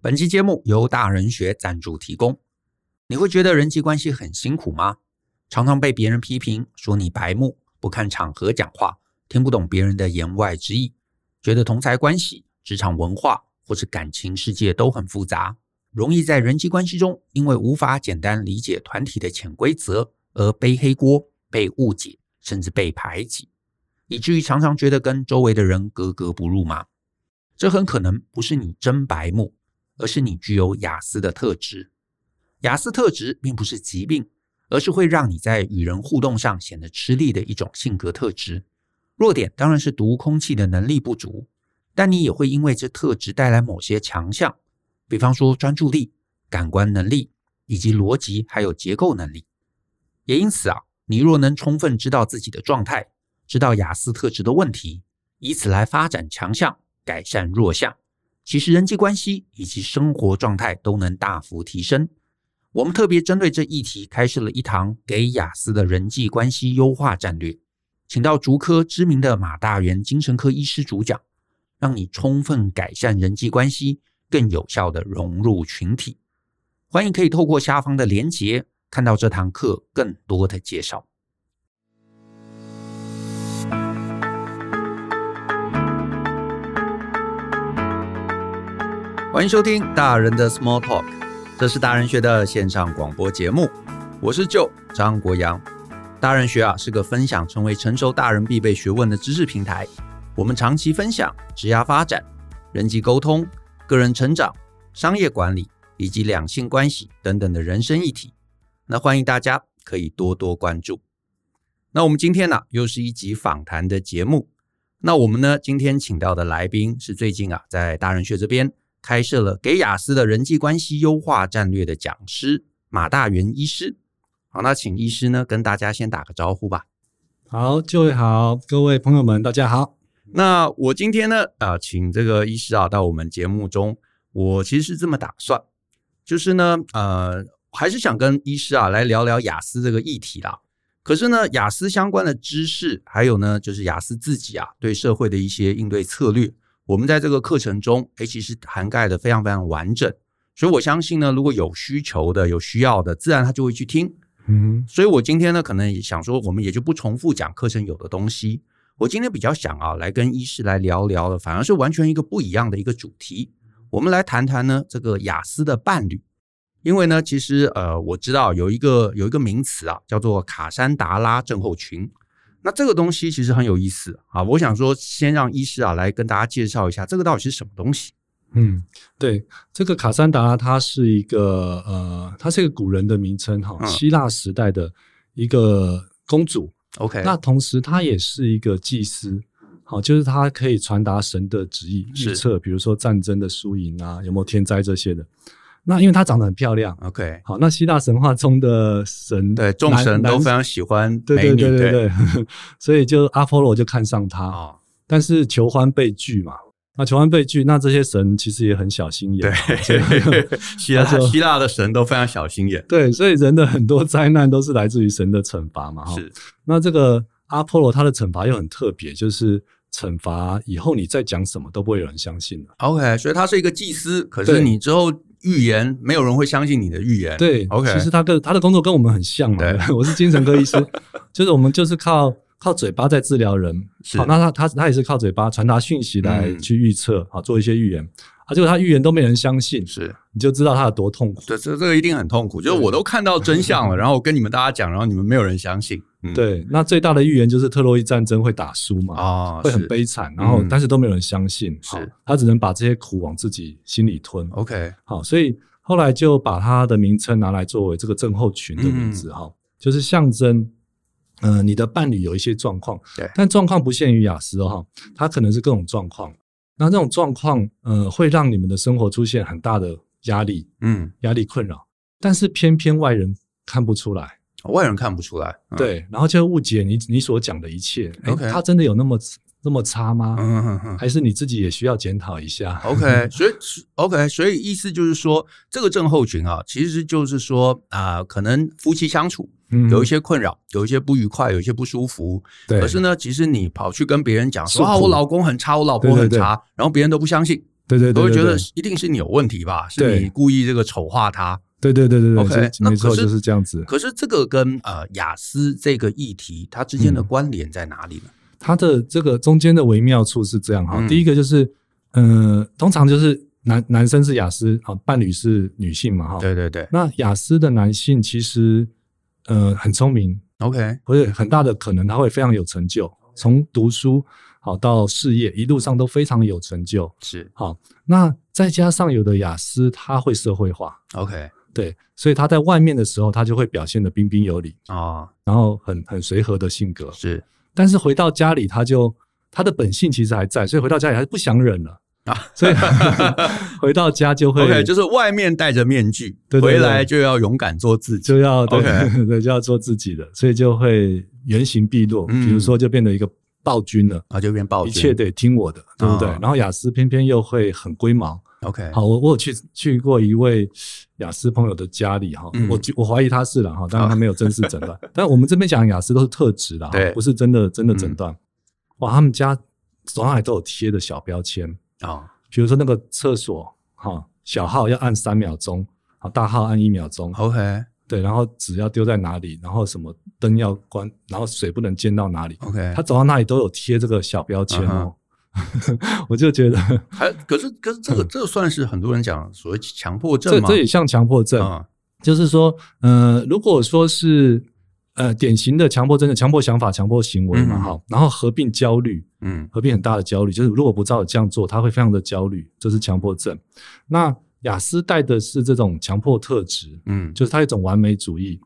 本期节目由大人学赞助提供。你会觉得人际关系很辛苦吗？常常被别人批评说你白目，不看场合讲话，听不懂别人的言外之意，觉得同财关系、职场文化或是感情世界都很复杂，容易在人际关系中因为无法简单理解团体的潜规则而背黑锅、被误解，甚至被排挤，以至于常常觉得跟周围的人格格不入吗？这很可能不是你真白目，而是你具有雅思的特质。雅思特质并不是疾病，而是会让你在与人互动上显得吃力的一种性格特质。弱点当然是读空气的能力不足，但你也会因为这特质带来某些强项，比方说专注力、感官能力以及逻辑还有结构能力。也因此啊，你若能充分知道自己的状态，知道雅思特质的问题，以此来发展强项。改善弱项，其实人际关系以及生活状态都能大幅提升。我们特别针对这议题开设了一堂给雅思的人际关系优化战略，请到竹科知名的马大元精神科医师主讲，让你充分改善人际关系，更有效的融入群体。欢迎可以透过下方的连结看到这堂课更多的介绍。欢迎收听《大人的 Small Talk》，这是大人学的线上广播节目。我是舅张国阳。大人学啊是个分享成为成熟大人必备学问的知识平台。我们长期分享职涯发展、人际沟通、个人成长、商业管理以及两性关系等等的人生议题。那欢迎大家可以多多关注。那我们今天呢、又是一集访谈的节目。那我们呢今天请到的来宾是最近啊在大人学这边开设了给雅思的人际关系优化战略的讲师马大元医师。好，那请医师呢跟大家先打个招呼吧。好，各位好，各位朋友们，大家好。那我今天呢，呃，请这个医师啊到我们节目中，我其实是这么打算，就是呢，呃，还是想跟医师啊来聊聊雅思这个议题啦。可是呢，雅思相关的知识，还有呢，就是雅思自己啊对社会的一些应对策略，我们在这个课程中，哎，其实涵盖的非常非常完整。所以我相信呢，如果有需求的、有需要的，自然他就会去听。嗯，所以我今天呢，可能也想说，我们也就不重复讲课程有的东西。我今天比较想啊，来跟医师来聊聊的，反而是完全一个不一样的一个主题。我们来谈谈呢，这个雅思的伴侣，因为呢，其实呃，我知道有一个有一个名词啊，叫做卡珊达拉症候群。那这个东西其实很有意思啊，我想说，先让医师啊来跟大家介绍一下这个到底是什么东西。嗯，对，这个卡珊达它是一个呃，它是一个古人的名称哈，嗯希腊时代的一个公主。 OK，那同时，她也是一个祭司，好，就是她可以传达神的旨意，是预测，比如说战争的输赢啊，有没有天灾这些的。那因为她长得很漂亮， OK，好，那希腊神话中的神对，众男神都男非常喜欢对美对女，对对对， 所以就阿波罗就看上她啊。但是求欢被拒嘛，那求欢被拒，那这些神其实也很小心眼。对， 希腊那就希腊的神都非常小心眼， 对，所以人的很多灾难都是来自于神的惩罚嘛。哈，是那这个阿波罗他的惩罚又很特别，就是惩罚以后你再讲什么都不会有人相信了。 OK，所以他是一个祭司，可是对你之后预言，没有人会相信你的预言。对，OK，其实他跟他的工作跟我们很像嘛对。 我是精神科医 师，就是我们就是靠靠嘴巴在治疗人。是好，那他他他也是靠嘴巴传达讯息来嗯去预测，好做一些预言。啊，结果他预言都没人相信，是，你就知道他有多痛苦。这这这个一定很痛苦，就是我都看到真相 了，然后我跟你们大家讲，然后你们没有人相信，嗯，对，那最大的预言就是特洛伊战争会打输嘛，啊，会很是悲惨，然后嗯但是都没有人相信，好是哦他只能把这些苦往自己心里吞， OK，好，所以后来就把他的名称拿来作为这个症候群的名嗯字哈，就是象征。呃，你的伴侣有一些状况，对但状况不限于雅思哦哈，它可能是各种状况。那这种状况，呃，会让你们的生活出现很大的压力、嗯，压力困扰，但是偏偏外人看不出来，外人看不出来，嗯，对，然后就误解你你所讲的一切。诶 OK 他真的有那么那么差吗？嗯嗯嗯。还是你自己也需要检讨一下？ OK，所以 OK，所以意思就是说，这个症候群啊，其实就是说啊、可能夫妻相处嗯有一些困扰，有一些不愉快，有一些不舒服，对，可是呢，其实你跑去跟别人讲说诉苦啊，我老公很差，我老婆对对很对差，然后别人都不相信。对对我对会对觉对得一定是你有问题吧？是对你故意这个丑化他。对对对对对 OK，就那没错，可是就是这样子。可是这个跟呃雅思这个议题，它之间的嗯关联在哪里呢？它的这个中间的微妙处是这样哈、嗯第一个就是，呃，通常就是男男生是雅思啊，伴侣是女性嘛哈。对对对那雅思的男性其实，呃，很聪明， ，OK，或者很大的可能他会非常有成就，从读书好到事业一路上都非常有成就。是那再加上有的雅思他会社会化， OK 对，所以他在外面的时候他就会表现的彬彬有礼，啊，然后很很随和的性格。是但是回到家里，他就他的本性其实还在，所以回到家里他就不想 忍了啊啊，所以 回到家就会 OK，就是外面戴着面具，对对对回来就要勇敢做自己。就要对 OK 对就要做自己的，所以就会原形毕露，嗯比如说就变得一个暴君了。啊，就变暴一君，切得听我的，对不对？啊然后雅思偏偏又会很龟毛。 OK，好，我我有去去过一位雅思朋友的家里哈，嗯我觉我怀疑他是了哈，当啊然他没有正式诊断。但我们这边讲雅思都是特质啦，对嗯不是真的真的诊断。哇，他们家总上还都有贴的小标签，啊比如说那个厕所哈，小号要按三秒钟，好大号按一秒钟， ，OK，对，然后纸要丢在哪里，然后什么灯要关，然后水不能溅到哪里， OK，他走到哪里都有贴这个小标签嗯哦。 我就觉得还可是可是这个这个算是很多人讲所谓强迫症这吗？嗯这也像强迫症，啊就是说，呃，如果说是呃典型的强迫症的强迫想法、强迫行为嘛，嗯哈、然后合并焦虑，嗯合并很大的焦虑，就是如果不照这样做，他会非常的焦虑，这是强迫症。那雅思带的是这种强迫特质，嗯就是他有一种完美主义，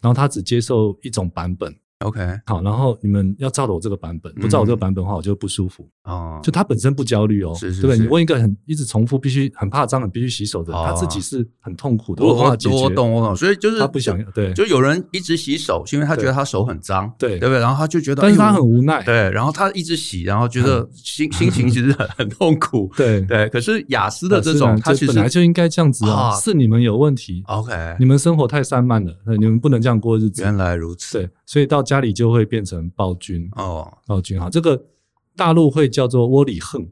然后他只接受一种版本。 ，OK 好，然后你们要照着我这个版嗯本，不照我这个版本的话，我就不舒服。哦，就他本身不焦虑哦，是是对不对？是你问一个很一直重复，必须很怕脏，很必须洗手的，哦他自己是很痛苦的，我无我法解决我。懂我懂，所以就是他不想要对就有人一直洗手，是因为他觉对得他手很脏，对对不对？然后他就觉得，但是哎他呦很无奈，对，然后他一直洗，然后觉嗯得心心情其实很很痛苦，对对。可是雅思的这是啊种，他其实本来就应该这样子啊啊，是你们有问题， OK，你们生活太散漫了，呃你们不能这样过日子原。来如此对，所以到家里就会变成暴君，哦，暴君哈，这个大陆会叫做窝里横，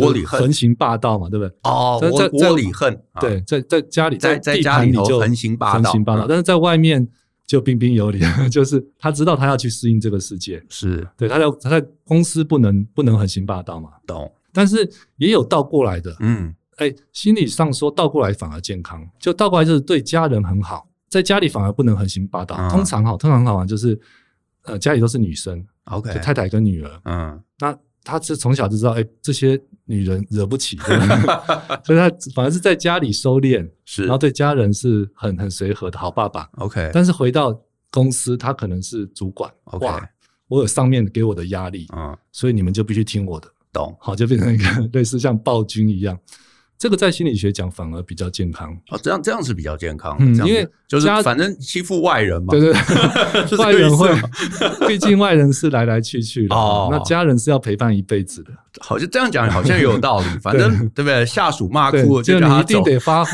窝里横横行霸道嘛，对不对？哦，在窝在在窝里恨，啊对，在在家里在在地家盘里里头就横行霸道横行霸道，嗯但是在外面就彬彬有礼， 就是他知道他要去适应这个世界，是对他在他在公司不能不能横行霸道嘛，懂，但是也有倒过来的，嗯哎，心理上说倒过来反而健康，就倒过来就是对家人很好，在家里反而不能横行霸道，嗯通常哈，通常好玩就是，呃，家里都是女生， ，OK，就太太跟女儿，嗯那他是从小就知道，哎，这些女人惹不起，对 吧所以他反而是在家里收敛，是，然后对家人是很很随和的好爸爸。 OK，但是回到公司，他可能是主管 OK 哇，我有上面给我的压力，嗯，所以你们就必须听我的，懂好，就变成一个 类似像暴君一样。这个在心理学讲反而比较健康，哦，这样这样是比较健康的，嗯这样子因为就是家反正欺负外人嘛，对对 是这个 对，外人会意思吗， 毕竟外人是来来去去的，哦那家人是要陪伴一辈子的，好像这样讲好像也有道理，反正对不对？下属骂对，哭就就让你他一定走，得发，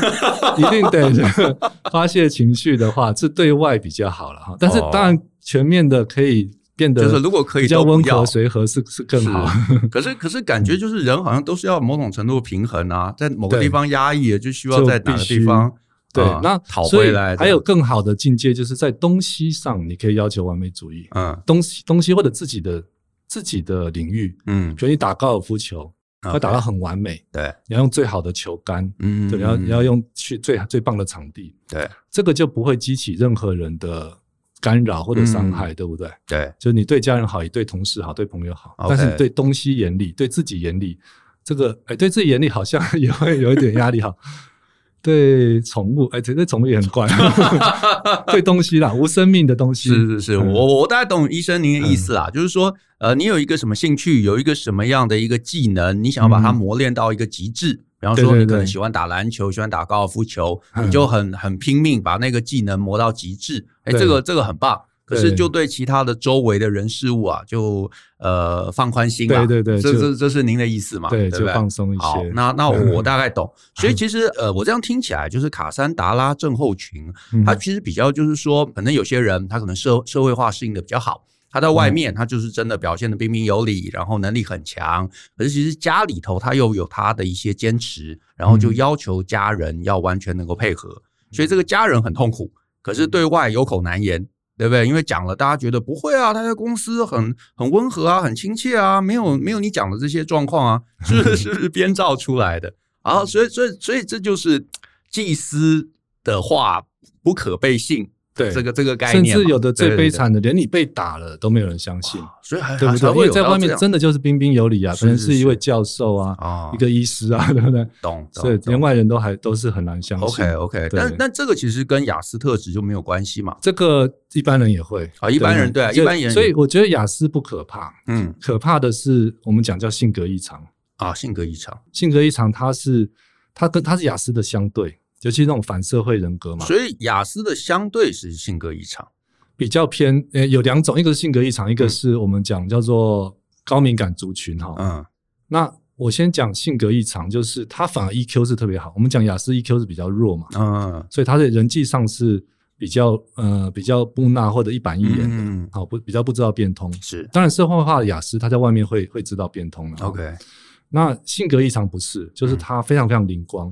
一定得 发泄情绪的话，是对外比较好了哈。但是哦当然，全面的可以变得，就是如果可以比较都不温要和随和是是更好。是，可是嗯可是感觉就是人好像都是要某种程度平衡啊，在某个对地方压抑啊了，就需要就在哪个必地须方对啊，那讨所以回来的，还有更好的境界，就是在东西上，你可以要求完美主义，嗯东西东西或者自己的自己的领域，嗯，比如你打高尔夫球，要打到很完美，啊对，你要用最好的球杆，嗯，对，你要嗯你要用去最最棒的场地，对这个就不会激起任何人的干扰或者嗯伤害，对不对？对就是你对家人好，也对同事好，对朋友好 OK 但是你对东西严厉，对自己严厉，这个哎，对自己严厉好像 也会有一点压力哈。对宠物，哎，这对宠物也 很怪，对东西啦，无生命的东西，是是是，嗯我我大概懂医生您的意思啦，就是说，呃，你有一个什么兴趣，有一个什么样的一个技能，你想要把它嗯磨练到一个极致。比方对说，对你可能对喜欢打篮球，喜欢打高尔夫球，嗯你就很很拼命把那个技能磨到极致。哎，对这个这个很棒。可是对就对其他的周围的人事物啊，就呃放宽心啦。对对对这就这这是您的意思嘛？对，对，就放。松一好些，。那那我嗯大概懂。所以其实呃，我这样听起来就是卡珊达拉症候群，嗯它其实比较就是说，可能有些人他可能社社会化适应的比较好，他在外面，他就是真的表现的彬彬有礼，然后能力很强。可是其实家里头他又有他的一些坚持，然后就嗯要求家人要完全能够配合，所以这个家人很痛苦。可嗯是对外有口难言，对不对？因为讲了，大家觉得不会啊，他在公司很很温和啊，很亲切啊，没有没有你讲的这些状况啊，是 不是是不是编造出来的啊？嗯所以所以所以这就是祭司的话不可被信，对这个这个概甚念嘛，至有的最对悲，对对惨的，连你被打了都没有人相信，所以还对不还对？因会为有在到外面这样真的就是彬彬有礼啊，是可能是是一位教授啊，哦，一个医师啊，对不对？懂所以懂懂。连外人都还都是很难相信。 OK 哦 OK，对但但这个其实跟雅思特质就没有关系嘛。这个一般人也会啊一般人对啊就一般人也所以我觉得雅思不可怕，嗯可怕的是我们讲叫性格异常。啊，性格异常，性格异常，它是它跟它是雅思的相对，尤其那种反社会人格嘛，所以雅思的相对是性格异常。比较偏呃有两种，一个是性格异常，一个是我们讲叫做高敏感族群哈。嗯那我先讲性格异常，就是他反而 EQ 是特别好，我们讲雅思 EQ 是比较弱嘛，嗯所以他的人际上是比较呃比较木讷或者一板一眼的，嗯，好不比较不知道变通。是当然，社会化的雅思，他在外面会会知道变通了。 OK 那性格异常不是，就是嗯他非常非常灵光，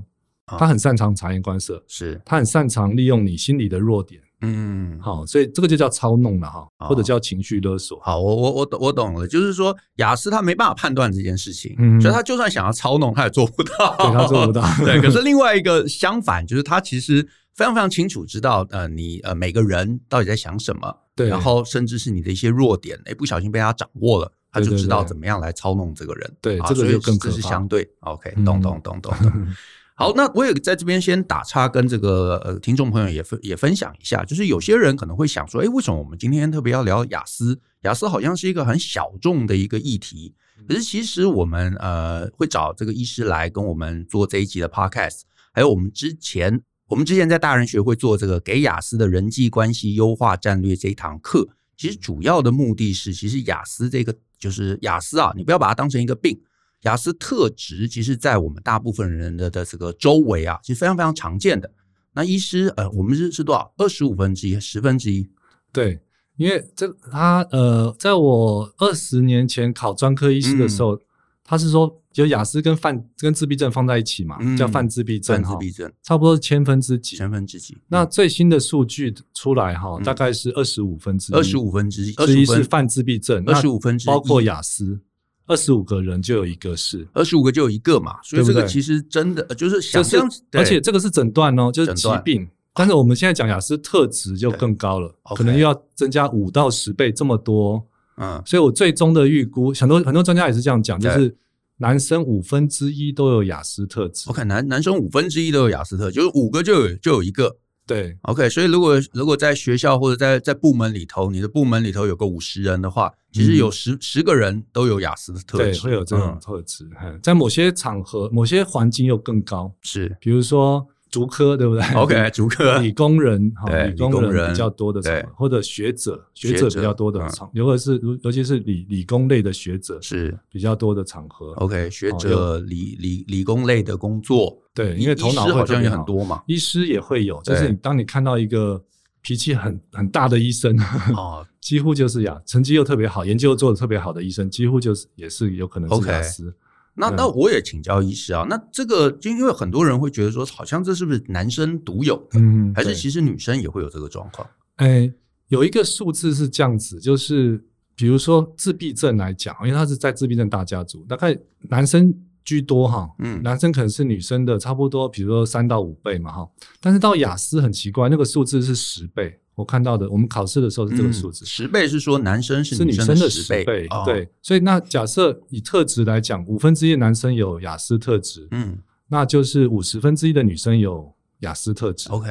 啊他很擅长察言观色，是他很擅长利用你心里的弱点，嗯好、所以这个就叫操弄了哈，哦或者叫情绪勒 索。好，我我我懂我懂了，就是说雅思他没办法判断这件事情，嗯所以他就算想要操弄，他也做不到，对他做不到对，可是另外一个相反，就是他其实非常非常清楚知道，呃，你呃每个人到底在想什么， 对，然后甚至是你的一些弱点，哎，不小心被他掌握了，他就对对知道对怎么样来操弄这个人。对啊这个所以就更这可是怕相对。OK，嗯懂懂懂懂懂。 好，那我也在这边先打岔，跟这个呃听众朋友也分也分享一下，就是有些人可能会想说，哎，为什么我们今天特别要聊雅思？雅思好像是一个很小众的一个议题，嗯可是其实我们呃会找这个医师来跟我们做这一集的 podcast，还有我们之前我们之前在大人学会做这个给雅思的人际关系优化战略这一堂课，其实主要的目的是，其实雅思这个就是雅思啊，你不要把它当成一个病。雅思特质其实，在我们大部分人的的这个周围啊，其实非常非常常见的。那医师，呃，我们是是多少？二十五分之一，十分之一对，因为这他呃，在我二十年前考专科医师的时嗯候，他是说有雅思跟泛跟自闭症放在一起嘛，嗯叫泛自闭症三自哈，闭症，差不多是千分之几。千分之几？那最新的数据出来哈，嗯大概是二十五分之一，二十五分之一，之25一是分泛自闭症，二十五分之一包括雅思，二十五个人就有一个是。二十五个就有一个嘛，所以这对个不对其实真的呃就是这想是象，对而且这个是诊断哦，就是诊疾断病。但是我们现在讲雅思特质就更高了， OK 可能又要增加五到十倍这么多。嗯所以我最终的预估，很多很多专家也是这样讲，就对是男生五分之一都有雅思特质。 ，OK，男男生五分之一都有雅思特，就是五个就有就有一个。对 OK，所以如果如果在学校或者在在部门里头，你的部门里头有个五十人的话，其实有十十、个人都有雅思的特嗯对，质，会有这种嗯特质。嗯在某些场合、某些环境又更高， 是比如说足科，对不对 OK，竹科理工人哈，对理工理工人人比较多的对场合，或者学者，学学者者比较多的嗯场，尤其是尤其是理理工类的学者是比较多的场合。 OK，学哦者、理理理工类的工作，对，因为医头脑医师会好像也特别很，多 ，嘛医师也会有，就是对你当你看到一个脾气很很大的医生，哦，几乎就是雅，成绩又特别好，研究又做的特别好的医生，几乎就是也是有可能 OK 是雅思。那对那我也请教医师啊，那这个就因为很多人会觉得说，好像这是不是男生独有的，嗯，还对是其实女生也会有这个状况？哎，有一个数字是这样子，就是比如说自闭症来讲，因为它是在自闭症大家族，大概男生居多哈，嗯男生可能是女生的差不多，比如说三到五倍嘛哈。但是到雅思很奇怪，那个数字是十倍，我看到的，我们考试的时候是这个数字。嗯十倍是说男生是是女生生的十倍，哦、，对，所以那假设以特质来讲，五分之一的男生有雅思特质，嗯那就是五十分之一的女生有雅思特质。 ，OK，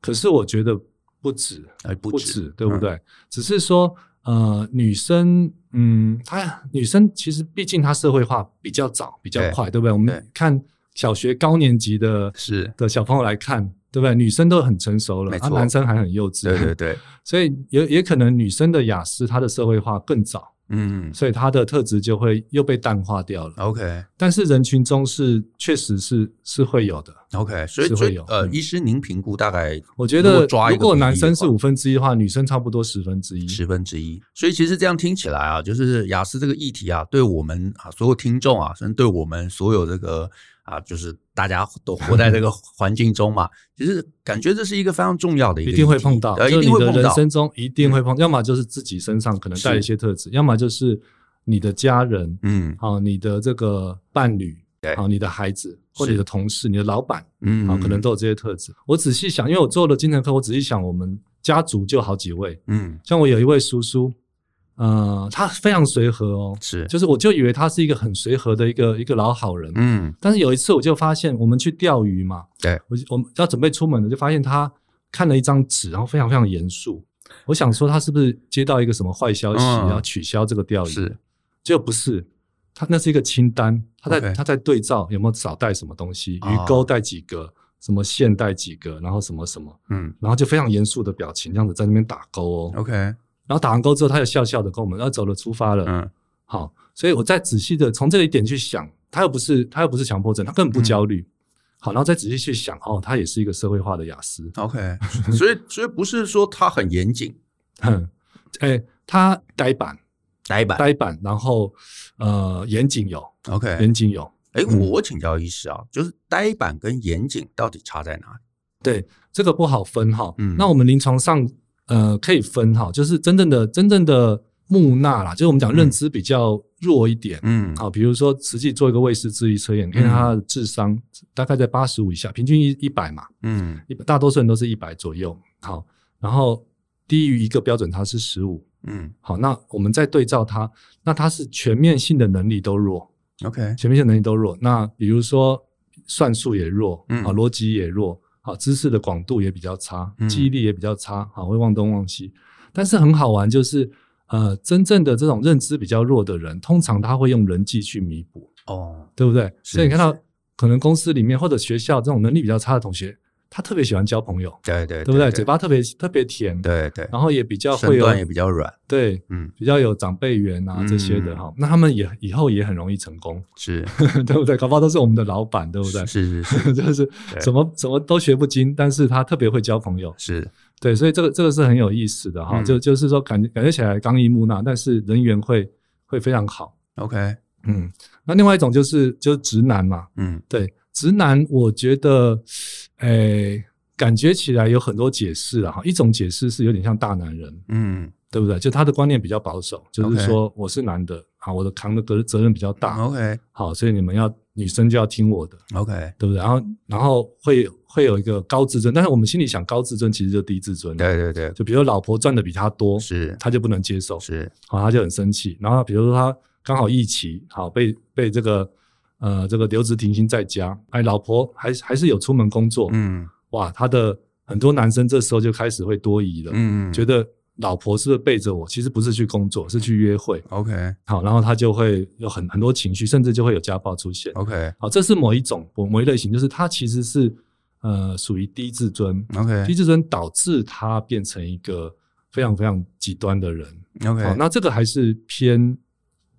可是我觉得不止，哎，不不止，止，对不对？只是说，呃，女生，嗯，她女生其实毕竟她社会化比较早，比较对快，对不对？我对们看小学高年级的 是，的小朋友来看，对不对？女生都很成熟了没，啊，错男生还很幼稚，对对对，所以也也可能女生的雅思，她的社会化更早，嗯所以它的特质就会又被淡化掉了。 ，OK 但是人群中是确实是是会有的。 OK，所以是会所以有呃，嗯医师您评估大概我觉如得果抓一如个果比例男的生是话五分之一的话，女生差不多十分之一。十分之一，所以其实这样听起来啊，就是雅思这个议题啊，对我们啊所有听众啊，甚至对我们所有这个啊，就是大家都活在这个环境中嘛，其实感觉这是一个非常重要的一个一议题，定会碰到，呃，一就是定你会的碰人到，嗯生中一定会碰，要么就是自己身上可能带了一些特质，要么就是你的家人，嗯啊，你的这个伴侣对，啊，你的孩子或是你的同事、你的老板，嗯啊，可能都有这些特质。我仔细想，因为我做了精神科，我仔细想，我们家族就好几位，嗯像我有一位叔叔，呃，他非常随和哦，是就是我就以为他是一个很随和的一个一个老好人，嗯但是有一次我就发现，我们去钓鱼嘛，对，我就我们要准备出门了，就发现他看了一张纸，然后非常非常严肃。我想说他是不是接到一个什么坏消息，嗯要取消这个钓鱼？是，结果不是，他那是一个清单，他在 OK 他在对照有没有少带什么东西，啊鱼钩带几个，什么线带几个，然后什么什么，嗯然后就非常严肃的表情，这样子在那边打勾哦。 OK 然后打完勾之后，他就笑笑的跟我们要走了，出发了。嗯好，所以我再仔细的从这一点去想，他又不是他又不是强迫症，他根嗯本不焦虑。好，然后再仔细去想，哦，他也是一个社会化的雅思。 OK，所 以所以不是说他很严谨，哼，哎，他呆板，呆板呆板，然后呃，严谨有， OK，严谨有。哎，嗯我请教医师啊，就是呆板跟严谨到底差在哪里？对，这个不好分哈。嗯那我们临床上呃可以分哈，就是真正的真正的木讷啦，就是我们讲认知比较弱一点。嗯好，比如说实际做一个卫士智力测验，你看他的智商大概在八十五以下，平均一一百嘛，嗯一大多数人都是一百左右。好，然后低于一个标准它是十五。嗯好，那我们再对照它，那它是全面性的能力都弱， ，OK，全面性的能力都弱。那比如说算术也弱，嗯啊，逻辑也弱，啊，知识的广度也比较差嗯，记忆力也比较差，啊，会忘东忘西。但是很好玩，就是呃，真正的这种认知比较弱的人，通常他会用人际去弥补。哦，对不对？是所以你看到是可能公司里面或者学校这种能力比较差的同学，他特别喜欢交朋友，对对对不对？嘴巴特别特别甜，，对对，然后也比较身会有段也比较软，对，嗯，比较有长辈缘啊嗯这些的哈。那他们也以后也很容易成功， 是，对不对？搞不好都是我们的老板，对不对？是是是 就是对什么什么都学不精，但是他特别会交朋友，是，对，所以这个这个是很有意思的哈。嗯就就是说感觉感觉起来刚毅木讷，但是人缘会会非常好。 OK，嗯，那另外一种就是就是直男嘛，嗯对，直男，我觉得，诶、感觉起来有很多解释了哈。一种解释是有点像大男人，嗯对不对？就他的观念比较保守，就 OK 嗯是说我是男的啊，我的扛的责责任比较大， ，OK 好，所以你们要女生就要听我的， OK，对不对？然后然后会会有一个高自尊，但是我们心里想高自尊其实就低自尊，，对对对，就比如老婆赚的比他多，是他就不能接受，是，好，他就很生气。然后比如说他刚好疫情，好被被这个呃这个留职停薪在家，哎，老婆还还是有出门工作，嗯哇，他的很多男生这时候就开始会多疑了，嗯，觉得老婆是不是背着我？其实不是去工作，是去约会。 OK 好，然后他就会有很很多情绪，甚至就会有家暴出现。 OK 好，这是某一种某某一类型，就是他其实是呃属于低自尊，低 OK 自尊导致他变成一个非常非常极端的人。好， OK，那这个还是偏，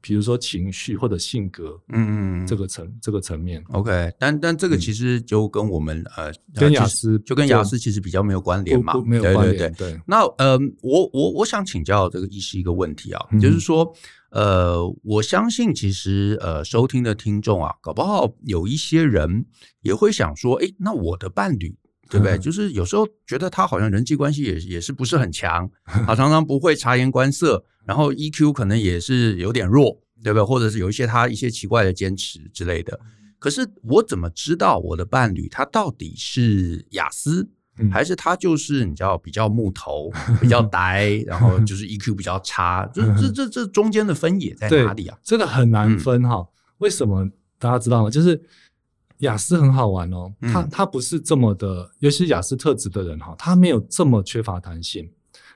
比如说情绪或者性格嗯嗯嗯这个层这个层面， OK，但但这个嗯其实就跟我们呃，跟呃雅其实思就跟雅思其实比较没有关联嘛不，不没有对关对对联，。对，那呃，我我我想请教这个医师一个问题啊，嗯就是说，呃，我相信其实呃，收听的听众啊，搞不好有一些人也会想说，诶，那我的伴侣。对不对？嗯就是有时候觉得他好像人际关系也也是不是很强啊，常常不会察言观色，然后 EQ 可能也是有点弱，对不对？或者是有一些他一些奇怪的坚持之类的。可是我怎么知道我的伴侣他到底是雅思嗯还是他就是你知道比较木 头、比较呆，然后就是 EQ 比较差，这 这这这中间的分野在对哪里啊？这个很难嗯分哈。为什么大家知道吗？就是雅思很好玩哦，嗯它它不是这么的，尤其是雅思特质的人哈，他没有这么缺乏弹性。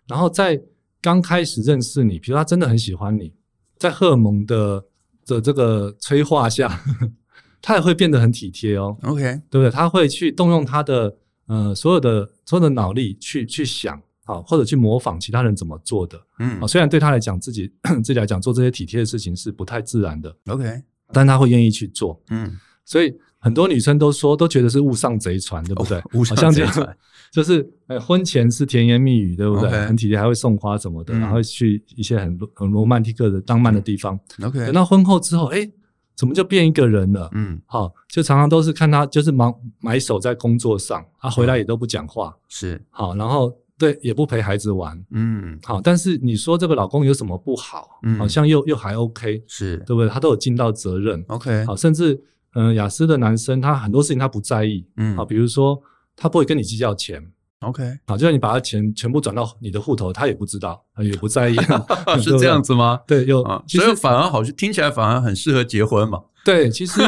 然后在刚开始认识你，比如他真的很喜欢你，在荷尔蒙的的这个催化下， 他也会变得很体贴哦。 OK，对不对？他会去动用他的呃所有的所有的脑力去去想啊，或者去模仿其他人怎么做的嗯啊。虽然对他来讲，自己 自己来讲做这些体贴的事情是不太自然的， ，OK，但他会愿意去做。嗯，所以很多女生都说，都觉得是误上贼船，对不对？哦误上好像贼就船就是呃，婚前是甜言蜜语，对不对 OK 很体贴，还会送花什么的，嗯然后去一些很很罗曼蒂克的浪漫的地方。 OK，等到婚后之后，哎，怎么就变一个人了？嗯好、就常常都是看他就是忙埋首在工作上，他、回嗯来也都不讲话，是，好，然后对也不陪孩子玩，嗯好，但是你说这个老公有什么不好？嗯好像又又还 OK，是对不对？他都有尽到责任， ，OK，好，甚至嗯，雅思的男生他很多事情他不在意，嗯好，比如说他不会跟你计较钱。 ，OK，，好，就算你把他钱全部转到你的户头，他也不知道，呃也不在意啊 啊是这样子吗？ 对不对。对，有啊，，其所以实反而好像听起来反而很适合结婚嘛。对，其实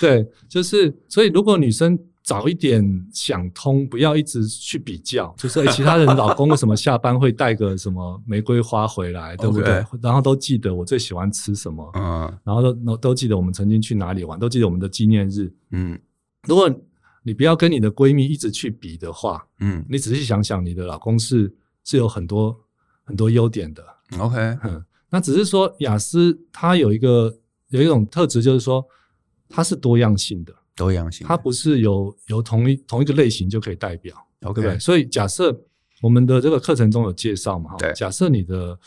对，就是所以，如果女生早一点想通，不要一直去比较，就是、哎诶其他人老公为什么下班会带个什么玫瑰花回来，对不对 OK？然后都记得我最喜欢吃什么，嗯然后都都记得我们曾经去哪里玩，都记得我们的纪念日。嗯如果你不要跟你的闺蜜一直去比的话，嗯你仔细想想，你的老公是是有很多很多优点的。 ，OK，嗯，那只是说雅思它有一个有一种特质，就是说它是多样性的，多样性，它不是有有同一同一个类型就可以代表，对 OK，不对？所以假设我们的这个课程中有介绍嘛，哈对假设你的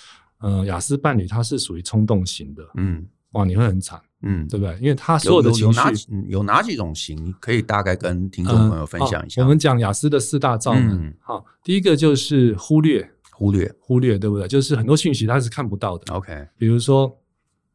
呃雅思伴侣他是属于冲动型的，嗯哇，你会很惨，嗯，对不对？因为他所有的情绪有哪几嗯有哪几种型可以大概跟听众嗯朋友分享一下？好我们讲雅思的四大罩门嗯，好、第一个就是忽略，忽略忽略，对不对？就是很多讯息他是看不到的， OK，比如说，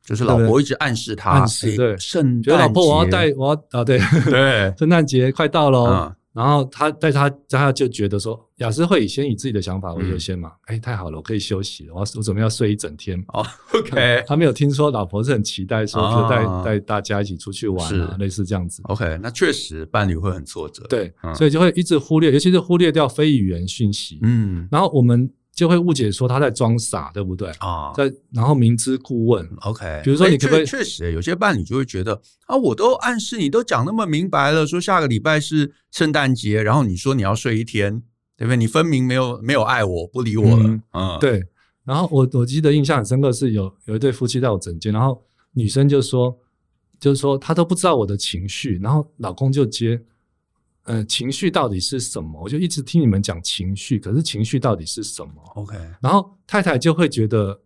就是老婆一直暗示他，暗示哎对圣觉得诞老婆我要节带，哦我要啊，对， 对，圣诞节快到喽、嗯然后他带他，他就觉得说，雅思会以先以自己的想法为优先嘛，嗯哎、太好了，我可以休息了，我要我准备要睡一整天。哦，OK 他没有听说老婆是很期待说，就带啊带大家一起出去玩啊是，类似这样子。 OK，那确实伴侣会很挫折，，对、嗯所以就会一直忽略，尤其是忽略掉非语言讯息。嗯然后我们就会误解说他在装傻，对不对？啊在然后明知故问， ，OK，比如说哎你可不可以确确实有些伴侣就会觉得啊，我都暗示你都讲那么明白了，说下个礼拜是圣诞节，然后你说你要睡一天，对不对？你分明没有没有爱我，不理我了嗯，嗯，，对。然后我我记得印象很深刻是有有一对夫妻在我枕间，然后女生就说，就是说她都不知道我的情绪，然后老公就接，呃，情绪到底是什么？我就一直听你们讲情绪，可是情绪到底是什么？ ，OK，然后太太就会觉得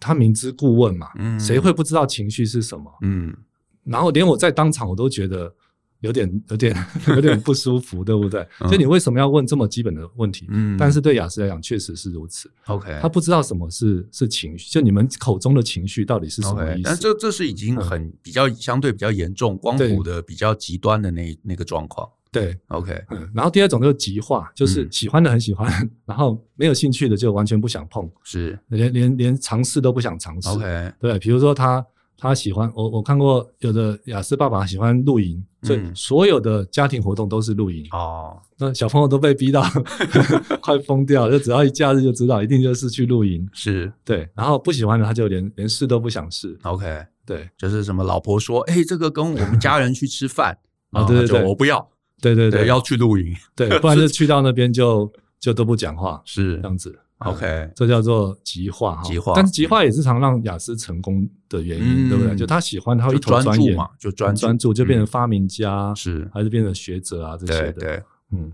她明知故问嘛，嗯谁会不知道情绪是什么？嗯然后连我在当场我都觉得有点、有点、 有点不舒服，对不对？嗯就你为什么要问这么基本的问题？嗯但是对雅思来讲，确实是如此， ，OK，他不知道什么是是情绪，就你们口中的情绪到底是什么 OK，意但思？嗯这这是已经很比较相对比较严重、光对谱的比较极端的那那个状况。对， OK，嗯。然后第二种就是极化，就是嗯喜欢的很喜欢，然后没有兴趣的就完全不想碰，是连连连尝试都不想尝试。 OK，对，比如说他他喜欢我，我看过有的雅思爸爸喜欢露营，所以嗯所有的家庭活动都是露营。哦，那小朋友都被逼到 快疯掉了，就只要一假日就知道，一定就是去露营。是对，然后不喜欢的他就连连试都不想试。 OK，对，就是什么老婆说，哎、这个跟我们家人去吃 饭啊对对就对我不要，对对对，要去露营，对，不然就去到那边就就都不讲话，是这样子。 啊 OK，这叫做极化哈。极化但是极化也是常让雅思成功的原因，嗯对不对？就他喜欢，他会就一头专钻注研，嘛，就专注，专注就变成发明家，是，还是变成学者啊这对些的。对，嗯，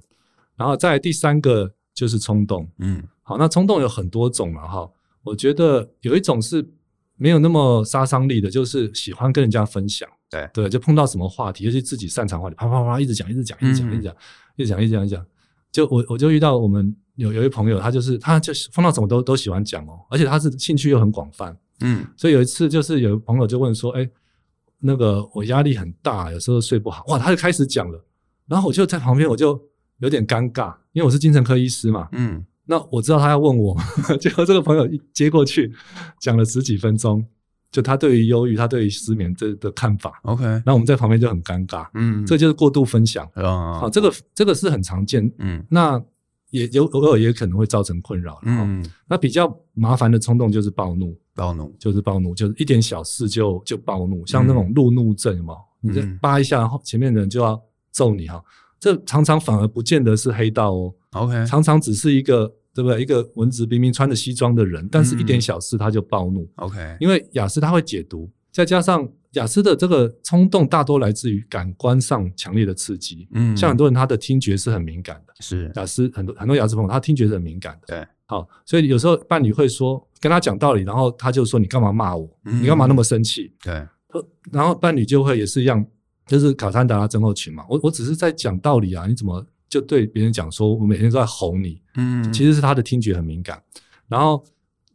然后再来第三个就是冲动。嗯好，那冲动有很多种了哈。我觉得有一种是没有那么杀伤力的，就是喜欢跟人家分享。对对，就碰到什么话题，尤其自己擅长话题，啪啪啪一直讲，一直讲，一直讲，嗯一直讲，一直讲，一直讲，一直讲。就我我就遇到我们有有一朋友，他就是他就是碰到什么都都喜欢讲哦，而且他是兴趣又很广泛。嗯所以有一次就是有朋友就问说：“哎，那个我压力很大，有时候睡不好。”哇，他就开始讲了，然后我就在旁边我就有点尴尬，因为我是精神科医师嘛，嗯，那我知道他要问我， 结果这个朋友一接过去，讲了十几分钟，就他对于忧郁、他对于失眠这的看法。 OK，那我们在旁边就很尴尬，嗯，这就是过度分享。啊好，这个这个是很常见，嗯那也有偶尔也可能会造成困扰。嗯，嗯，那比较麻烦的冲动就是暴怒，暴怒，就是暴怒，就是一点小事就就暴怒，像那种路怒症嘛，你这嗯扒一下，然后前面的人就要揍你哈。这常常反而不见得是黑道哦， OK，常常只是一个对不对？一个文质彬彬、穿着西装的人，但是一嗯点小事他就暴怒， OK，因为雅思他会解读，再加上雅思的这个冲动大多来自于感官上强烈的刺激。嗯像很多人他的听觉是很敏感的，是雅思很多很多雅思朋友他听觉是很敏感的。对，好，所以有时候伴侣会说跟他讲道理，然后他就说你干嘛骂我？嗯你干嘛那么生气？对，然后伴侣就会也是一样，就是卡珊达拉症候群嘛。我我只是在讲道理啊，你怎么就对别人讲说我每天都在吼你？嗯其实实是他的听觉很敏感，然后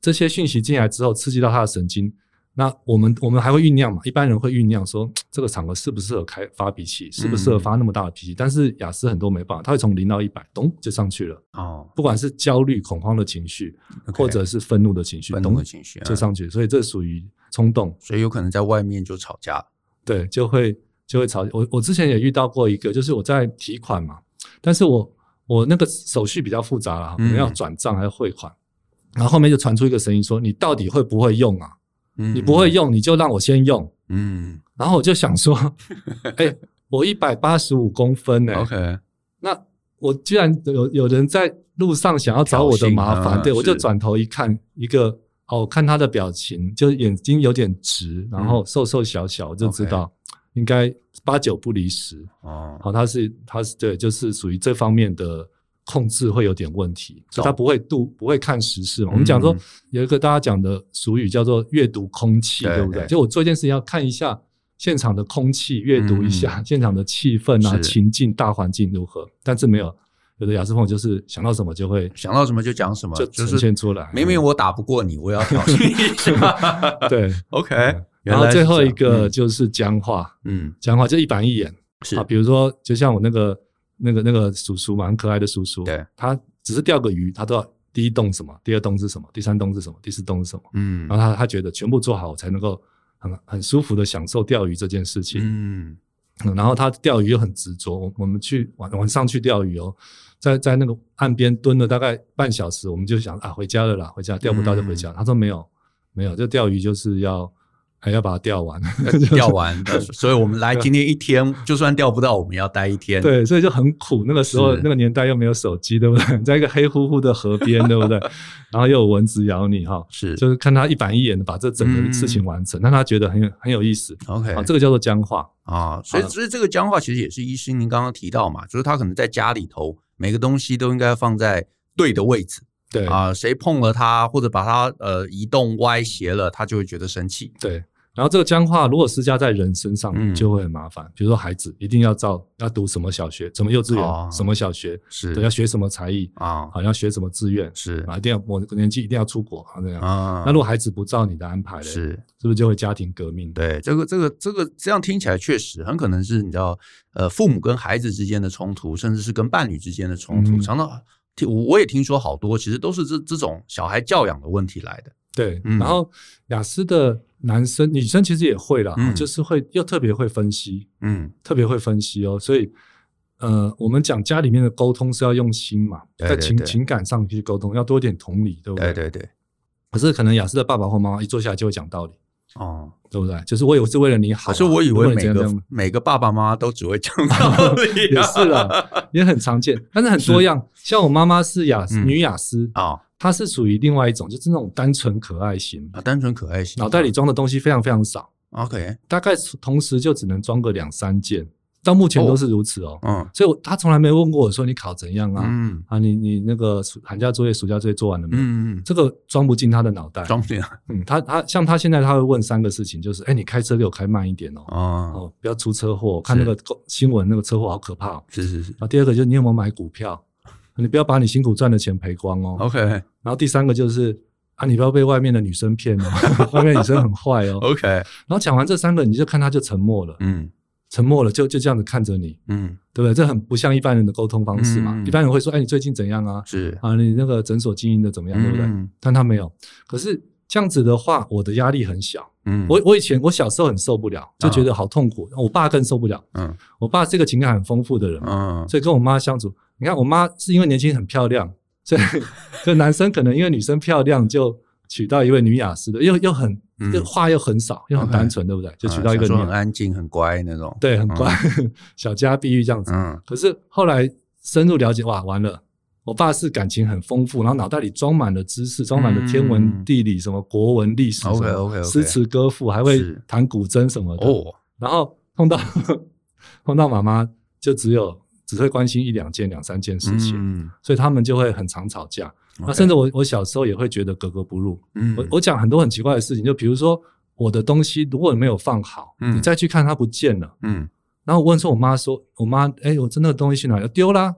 这些讯息进来之后刺激到他的神经，那我们我们还会酝酿嘛，一般人会酝酿说嘖这个场合适不适合开发脾气，适不适嗯合发那么大的脾气，但是雅思很多没办法，他会从零到一百，咚就上去了，哦，不管是焦虑、恐慌的情绪，或者是愤怒的情绪，愤怒咚的情绪就嗯上去，所以这属于冲动，所以有可能在外面就吵架了。对，就会就会吵。我我之前也遇到过一个，就是我在提款嘛，但是我我那个手续比较复杂了，我嗯们要转账还要汇款，然后后面就传出一个声音说：“你到底会不会用啊？嗯你不会，用，你就让我先用。嗯”然后我就想说：“ 哎、我一百八十五公分呢、 ，OK，那我居然有有人在路上想要找我的麻挑衅烦，啊对我就是转头一看，一个哦，我看他的表情，就是眼睛有点直，然嗯后瘦瘦小小，我就知道应该八九不离十。哦，好，他是他是对，就是属于这方面的控制会有点问题，所以他不会度不会看时事嘛。我们讲说嗯有一个大家讲的俗语叫做阅读空气，对对不对对？就我做一件事情要看一下现场的空气，阅读一下 现场的气氛啊、嗯是情境、大环境如何，但是没有有的雅思朋友就是想到什么就会想到什么就讲什么，就就呈现是出来，明明我打不过你，我也要挑衅一下。 对。 嗯 OK，原然后来是最后这一样嗯个，就是僵化，嗯，嗯讲话就一板一眼是啊。比如说，就像我那个那个那个叔叔嘛，很可爱的叔叔，对，他只是钓个鱼，他都要第一动什么，第二动是什么，第三动是什么，第四动是什么，嗯然后他他觉得全部做好，我才能够很很舒服的享受钓鱼这件事情。嗯，嗯然后他钓鱼又很执着，我我们去晚晚上去钓鱼哦，在在那个岸边蹲了大概半小时，我们就想啊回家了啦，回家钓不到就回嗯家。他说没有没有，这钓鱼就是要还要把它钓 完， 钓呃完的，所以我们来今天一天，就算钓不到，我们要待一天。，对，所以就很苦。那个时候是那个年代又没有手机，对不对？ 在一个黑乎乎的河边，对不对？ 然后又有蚊子咬你哈，是嗯就是看他一板一眼的把这整个事情完成，让他觉得很有很有意思。 OK 啊，这个叫做僵化，啊，所以所以这个僵化其实也是医师您刚刚提到嘛，就是他可能在家里头每个东西都应该放在对的位置对啊，谁碰了它或者把它呃移动歪斜了，他就会觉得生气。对。然后这个僵化如果施加在人身嗯上，就会很麻烦。比如说孩子一定要照要读什么小学、什么幼稚哦园、什么小学，是对，要学什么才艺，啊，好要学什么志愿，是啊，一定要我年纪一定要出国啊这样。啊，那如果孩子不照你的安排嘞，是是不是就会家庭革命？对这个这个这个这样听起来确实很可能是你知道呃父母跟孩子之间的冲突，甚至是跟伴侣之间的冲突，嗯常常听我我也听说好多，其实都是这这种小孩教养的问题来的。对，嗯然后雅思的男生、女生其实也会啦，哦嗯就是会又特别会分析，嗯，特别会分析哦。所以，呃，我们讲家里面的沟通是要用心嘛，对在对情对情感上去沟通，要多一点同理，对不对对对，可是可能雅思的爸爸或妈妈一坐下来就会讲道理，哦。对不对？就是我有是为了你好啊、可是我以如果为你每这样个这样每个爸爸妈妈都只会 讲道理、啊也是啦，也很常见，但是很多样。像我妈妈是雅思嗯女雅思，啊、她是属于另外一种，就是那种单纯可爱型，啊，单纯可爱型，脑袋里装的东西非常非常少。 OK，大概同时就只能装个两三件，到目前都是如此哦。嗯所以我他从来没问过我说你考怎样啊？嗯啊，你你那个暑寒假作业、暑假作业做完了没？嗯嗯，这个装不进他的脑袋。装啊进来嗯，他他像他现在他会问三个事情，就是哎，你开车给我开慢一点哦，哦，哦，不要出车祸。看那个新闻，那个车祸好可怕、哦。是是是然后第二个就是你有没有买股票？啊你不要把你辛苦赚的钱赔光哦。 ，OK 然后第三个就是啊，你不要被外面的女生骗 哦，外面女生很坏哦。 OK，然后讲完这三个，你就看他就沉默了，嗯沉默了就就这样子看着你，嗯对不对？这很不像一般人的沟通方式嘛。嗯一般人会说：“哎，你最近怎样啊？是，啊，你那个诊所经营的怎么样，对不对嗯？”但他没有。可是这样子的话，我的压力很小。嗯，啊我我以前我小时候很受不了，就觉得好痛苦。我爸更受不了。嗯我爸是一个情感很丰富的人嘛，嗯所以跟我妈相处，你看我妈是因为年轻很漂亮， 所以所以男生可能因为女生漂亮就娶到一位女雅思的，又又很嗯就话又很少，又很单纯，对不对？就取到一个嗯小时候很鸟，安静、很乖那种。对，很乖， 小家碧玉这样子。嗯，可是后来深入了解，哇，完了，我爸是感情很丰富，然后脑袋里装满了知识，装满了天文、嗯地理、什么国文、历史什么 OK，OK，OK 诗词歌赋，还会是弹古筝什么的。哦，然后碰到 碰到妈妈，就只有只会关心一两件、两三件事情，嗯，所以他们就会很常吵架。那 OK 甚至我我小时候也会觉得格格不入。嗯我我讲很多很奇怪的事情，就比如说我的东西如果没有放好，嗯你再去看它不见了，嗯然后我问说我妈说我妈哎、我真的东西去哪里丢啦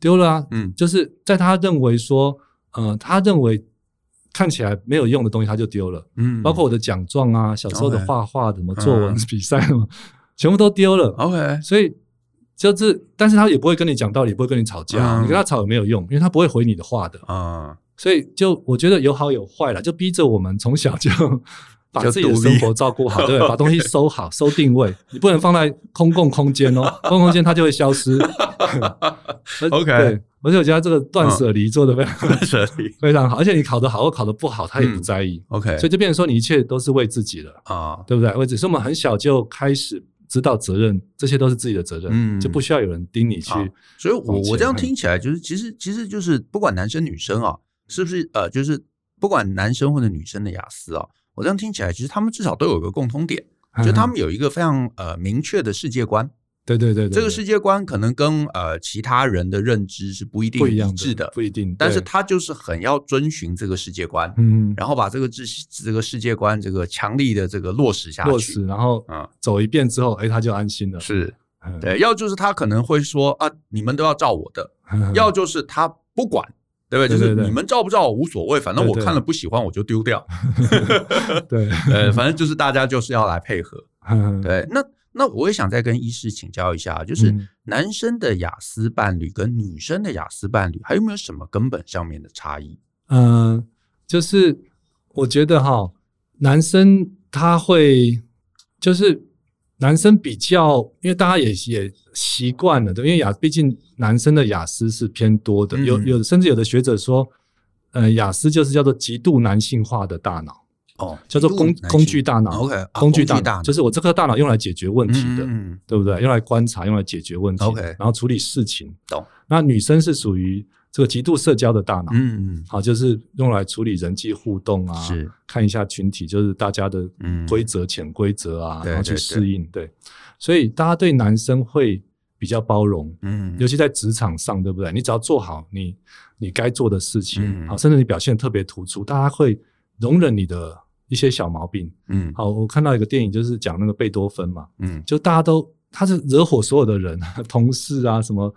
丢啦、嗯就是在她认为说呃她认为看起来没有用的东西她就丢了，嗯，包括我的奖状啊，小时候的 OK 画画的什么作文嗯比赛什么，全部都丢了， OK，所以。就是，但是她也不会跟你讲道理，不会跟你吵架，嗯你跟她吵也没有用，因为她不会回你的话的。啊，所以就我觉得有好有坏了，就逼着我们从小就把自己的生活 照顾好，对，把东西收好、收定位，你不能放在公共 空间哦，公共空间它就会消失。而 OK 嗯对，而且我觉得这个断舍离做的非常、这里 非常好，而且你考得好或考得不好，他也不在意， OK，所以就变成说你一切都是为自己的，啊，对不对？为自己，所以我们很小就开始知道责任，这些都是自己的责任，嗯就不需要有人盯你去好。所以我往前我这样听起来就是，其实其实就是不管男生女生啊，是不是呃，就是不管男生或者女生的雅思啊，我这样听起来，其实他们至少都有一个共通点，嗯就他们有一个非常呃明确的世界观。 对对对对，这个对世界观可能跟呃其他人的认知是不一定不一样致的，不一定。但是对他就是很要遵循这个世界观，嗯，然后把这个世这个世界观这个强力的这个落实下去。落实，然后嗯走一遍之后，哎、他就安心了。是嗯， 对，要就是他可能会说啊，你们都要照我的，嗯要就是他不管。对不对？对就是对对你们照不照我无所谓，反正我对对看了不喜欢我就丢掉。 对，呃，反正就是大家就是要来配合。嗯，对，那那我也想再跟医师请教一下，啊就是嗯男生的雅思伴侣跟女生的雅思伴侣还有没有什么根本上面的差异？嗯，就是我觉得哈，男生他会就是男生比较，因为大家也也习惯了，对，因为雅，毕竟男生的雅思是偏多的，嗯有有甚至有的学者说，呃，雅思就是叫做极度男性化的大脑，哦，叫做工极度男性工具大脑 OK，啊工具大大脑，就是我这颗大脑用来解决问题的。嗯对不对？用来观察，用来解决问题 OK 然后处理事情。懂。那女生是属于这个极度社交的大脑，嗯，好，就是用来处理人际互动啊，嗯是，看一下群体，就是大家的嗯规则、潜规则啊，对然后对去对适应。对，所以大家对男生会比较包容，嗯尤其在职场上，对不对？你只要做好你你该做的事情，嗯好、甚至你表现得特别突出，大家会容忍你的一些小毛病。嗯好，我看到一个电影，就是讲那个贝多芬嘛，嗯就大家都他是惹火所有的人，同事啊， 什么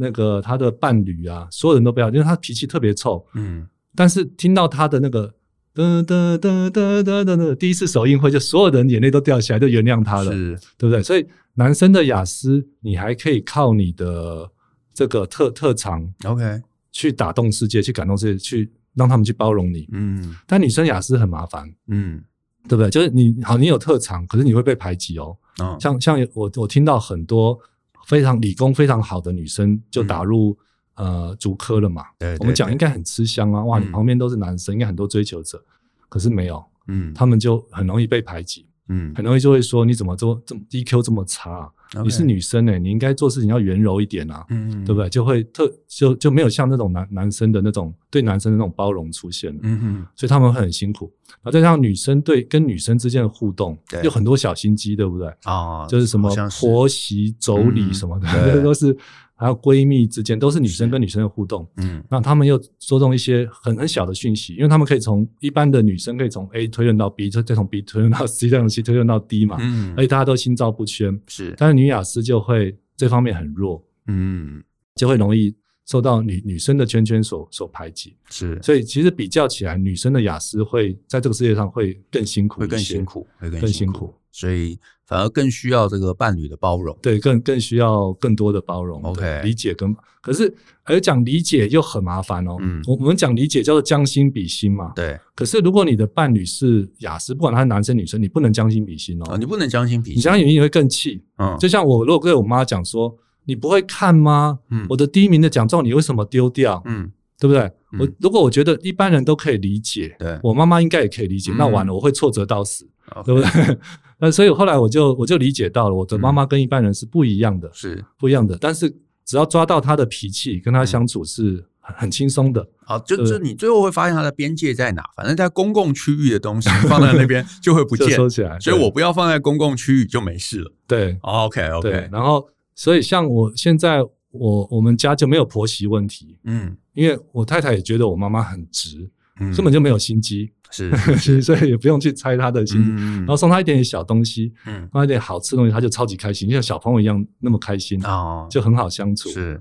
那个他的伴侣啊，所有人都不要，因为他脾气特别臭。嗯但是听到他的那个噔噔噔噔噔噔噔第一次首映会，就所有人眼泪都掉下来，就原谅他了，是对不对？所以男生的雅思，你还可以靠你的这个特特长 OK，去打动世界，去感动世界，去让他们去包容你。嗯但女生雅思很麻烦，嗯对不对？就是你好，你有特长，可是你会被排挤哦。哦像像我我听到很多非常理工非常好的女生就打入、呃足科了嘛，嗯对，我们讲应该该很吃香啊，哇，嗯你旁边都是男生，应该很多追求者，可是没有，嗯他们就很容易被排挤，嗯很容易就会说你怎么做这么 EQ 这么差啊、你是女生哎、你应该做事情要圆柔一点啊，嗯对不对？对？就会特就就没有像那种男男生的那种对男生的那种包容出现了。嗯嗯所以他们会很辛苦，然后再加上女生对跟女生之间的互动对，有很多小心机，对不对？啊，就是什么好像是婆媳妯娌什么的，嗯对 这都是还有闺蜜之间都是女生是跟女生的互动。嗯那他们又说中一些很很小的讯息，因为他们可以从一般的女生可以从 A 推论到 B，再再从 B 推论到 C，再从 C 推论到 D 嘛，嗯而且大家都心照不宣。是但是女雅思就会这方面很弱，嗯就会容易受到女女生的圈圈所所排挤。是所以其实比较起来，女生的雅思会在这个世界上会更辛苦，会更辛，苦，会更更辛辛苦苦，，所以反而更需要这个伴侣的包容。对，更更需要更多的包容、 OK 对理解跟可是，而讲理解又很麻烦哦。嗯我我们讲理解叫做将心比心嘛。对可是如果你的伴侣是雅思，不管他是男生女生，你不能将心比心啊，哦。你不能将心比你心，将心比心你会更气。嗯就像我如果对我妈讲说，你不会看吗？嗯我的第一名的奖状你为什么丢掉？嗯对不对？嗯我如果我觉得一般人都可以理解，对我妈妈应该也可以理解，嗯那完了我会挫折到死，OK，对嗯不对？ 那所以后来我就我就理解到了，我的妈妈跟一般人是不一样的，是不一样的。嗯但是只要抓到她的脾气，跟她相处是很很轻松的。好，就对就你最后会发现它的边界在哪，反正在公共区域的东西放在那边就会不 就见，说起来，所以我不要放在公共区域就没事了。哦对 OK 对 OK，然后所以像我现在我我们家就没有婆媳问题，嗯因为我太太也觉得我妈妈很直，嗯，根本就没有 心机，，是是是 所以也不用去猜她的心机。嗯然后送她一点点小东西，嗯送她一点好吃的东西，她就超级开心，就像小朋友一样那么开心，哦，就很好相处。 是，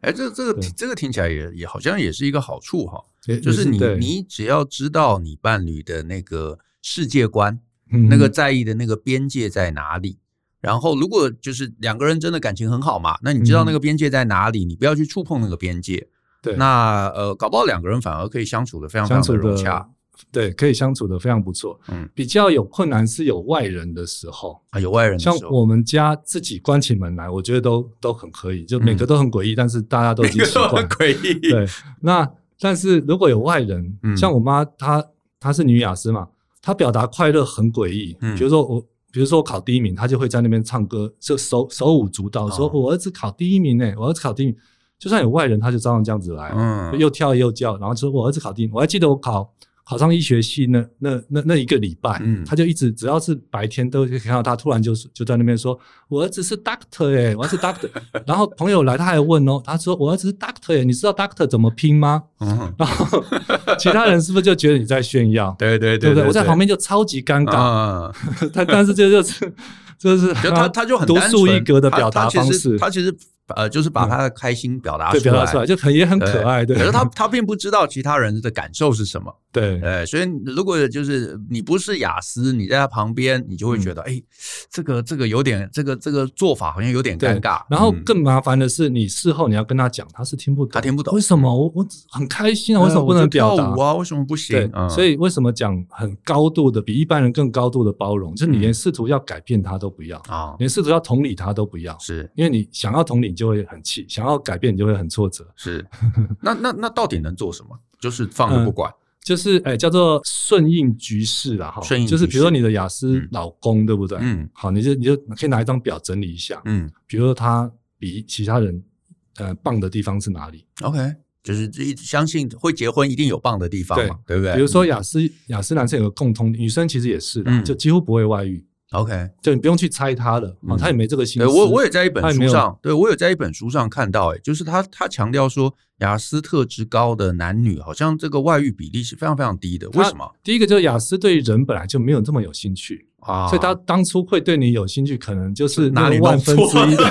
哎，这这个对这个听起来也也好像也是一个好处哈，也就是也你对你只要知道你伴侣的那个世界观，嗯那个在意的那个边界在哪里。然后，如果就是两个人真的感情很好嘛，那你知道那个边界在哪里，你不要去触碰那个边界。嗯对那呃，搞不好两个人反而可以相处的非常非相常的处融的洽。对，可以相处的非常不错。嗯比较有困难是有外人的时候，啊，有外人的像时候，我们家自己关起门来，我觉得都都很可以，就每个都很诡异，但是大家 都已经习惯嗯很了。诡异。对，那但是如果有外人，嗯像我妈，她她是女雅思嘛，她表达快乐很诡异。嗯比如说我，比如说我考第一名，她就会在那边唱歌，就手手舞足蹈，说哦我儿子考第一名呢、我儿子考第一名。就算有外人，她就照样这样子来。哦嗯，又跳又叫，然后说我儿子考第一，我还记得我考考上医学系那那那那一个礼拜，嗯他就一直只要是白天都可以看到他，突然就就在那边说我儿子是 doctor 哎、我儿子 doctor，然 后朋友来他还问哦，他说我儿子是 doctor 哎、你知道 doctor 怎么 拼吗？嗯，然后其他人是不是就觉得你在炫耀？对对对不对，对？我在旁边就超级尴尬，啊，他 但是这就是就是就他他就很独单树一纯格的他表达他其实方式他其实呃，就是把他的开心表达嗯对表达出来，就很也很可爱，对可是他他并不知道其他人的感受是什么。 对呃，所以如果就是你不是雅思，你在他旁边，你就会觉得，嗯哎、这个这个有点，这个这个做法好像有点对尴尬。然后嗯更麻烦的是，你事后你要跟他讲，他是听不懂，他听不懂为什么？我我很开心啊，为什么不对啊能我就表达跳舞？啊？为什么不对行？，嗯所以为什么讲很高度的，比一般人更高度的包容，就是你嗯连试图要改变他都不要， 啊、连试图要同理他都不要，是因为你想要同理你就会很气，想要改变你就会很挫折。是，那那那到底能做什么？就是放嗯着不管。就是哎，叫做顺应局势啦，哈，顺应就是局势比如说你的雅思嗯老公，对不对？嗯好，你就你就可以拿一张表整理一下，嗯比如说他比其他人呃棒的地方是哪里？ ，OK，就是一相信会结婚一定有棒的地方嘛，对不对？比如说雅思雅思男生有个共通点，女生其实也是的，嗯就几乎不会外遇， ，OK，就你不用去猜他了，嗯哦，他也没这个心对思。我我也在一本他也没书有上，对我有在一本书上看到、哎，就是他他强调说，雅思特质高的男女好像这个外遇比例是非常非常低的，为什么第一个就是雅思对人本来就没有这么有兴趣，啊？所以他当初会对你有兴趣，可能就是哪那里个弄万分之错一的，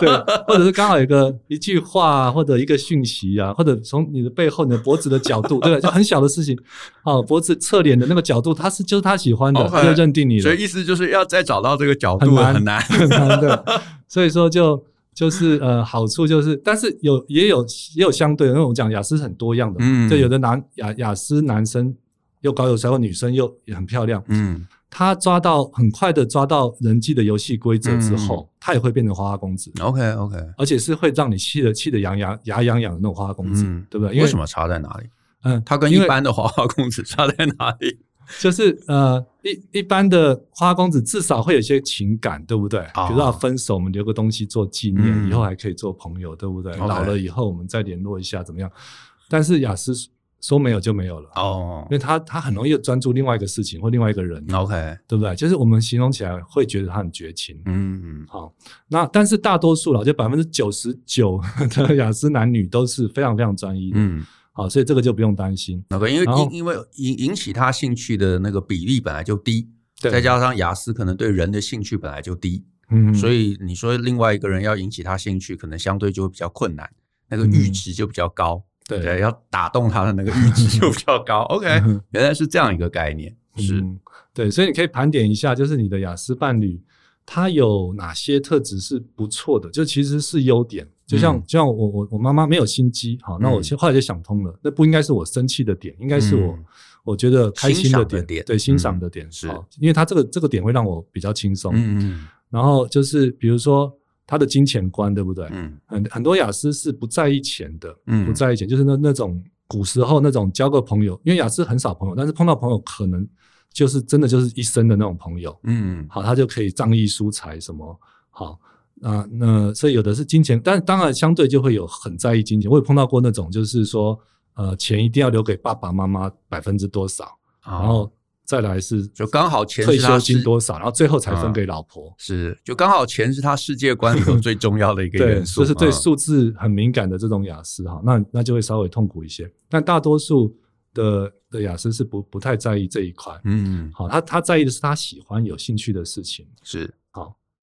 对，或者是刚好有个一句话、啊、或者一个讯息啊，或者从你的背后、你的脖子的角度，对不对？就很小的事情，哦，脖子侧脸的那个角度，他是就是他喜欢的， OK 他就认定你了所。以意思就是要再找到这个角很度难很 难。 很难的。所以说就就是呃，好处就是，但是有也有也有相对的，因为我讲雅思是很多样的，嗯就有的男雅雅思男生又高又帅，或女生又也很漂亮，嗯，他抓到很快的抓到人际的游戏规则之嗯后，他也会变成花花公子。 OK OK，而且是会让你气得气得痒痒牙痒痒的那种花花 公子，嗯对不对？因为什？么差在哪里？嗯，他跟一因为般的花花公子差在哪里？就是呃，一一般的花花公子至少会有一些情感，对不对？哦比如说啊分手，我们留个东西做纪念，嗯以后还可以做朋友，对不对 OK 老了以后我们再联络一下，怎么样？但是雅思说没有就没有了，哦因为他他很容易就专注另外一个事情或另外一个人， ，OK，对不对？就是我们形容起来会觉得他很绝情。嗯，好，那但是大多数了，就百分之九十九的雅思男女都是非常非常专一的，嗯好，所以这个就不用担心。 ，OK，因为然后因因为引引起他兴趣的那个比例本来就低，对再加上雅思可能对人的兴趣本来就低，嗯，所以你说另外一个人要引起他兴趣，可能相对就会比较困难，那个嗯阈值就比较高，对，要打动他的那个阈值就比较高。OK， 嗯原来是这样一个概念，是嗯，对，所以你可以盘点一下，就是你的雅思伴侣，他有哪些特质是不错的，就其实是优点。就像、嗯就像我我我妈妈没有心机，好，那我嗯先后来就想通了，那不应该是我生气的点，应该是我、嗯我觉得开心欣赏的点对，欣赏嗯的点是好因为他这个这个点会让我比较轻松。嗯嗯然后就是比如说他的金钱观，对不对？嗯很很多雅思是不在意钱的，嗯不在意钱，就是那那种古时候那种交个朋友，因为雅思很少朋友，但是碰到朋友可能就是真的就是一生的那种朋友，嗯好，他就可以仗义疏财什么好。啊，那所以有的是金钱，但当然相对就会有很在意金钱。我也碰到过那种，就是说，呃，钱一定要留给爸爸妈妈百分之多少，然哦，后再来是就刚好钱退是他休金世多少，然后最后才嗯分给老婆。是就刚好钱是他世界观里头最重要的一个 对，元素啊就嘛，是对数字很敏感的这种雅思哈，那那就会稍微痛苦一些。但大多数的的雅思是不不太在意这一块。嗯好，他他在意的是他喜欢、有兴趣的事情。是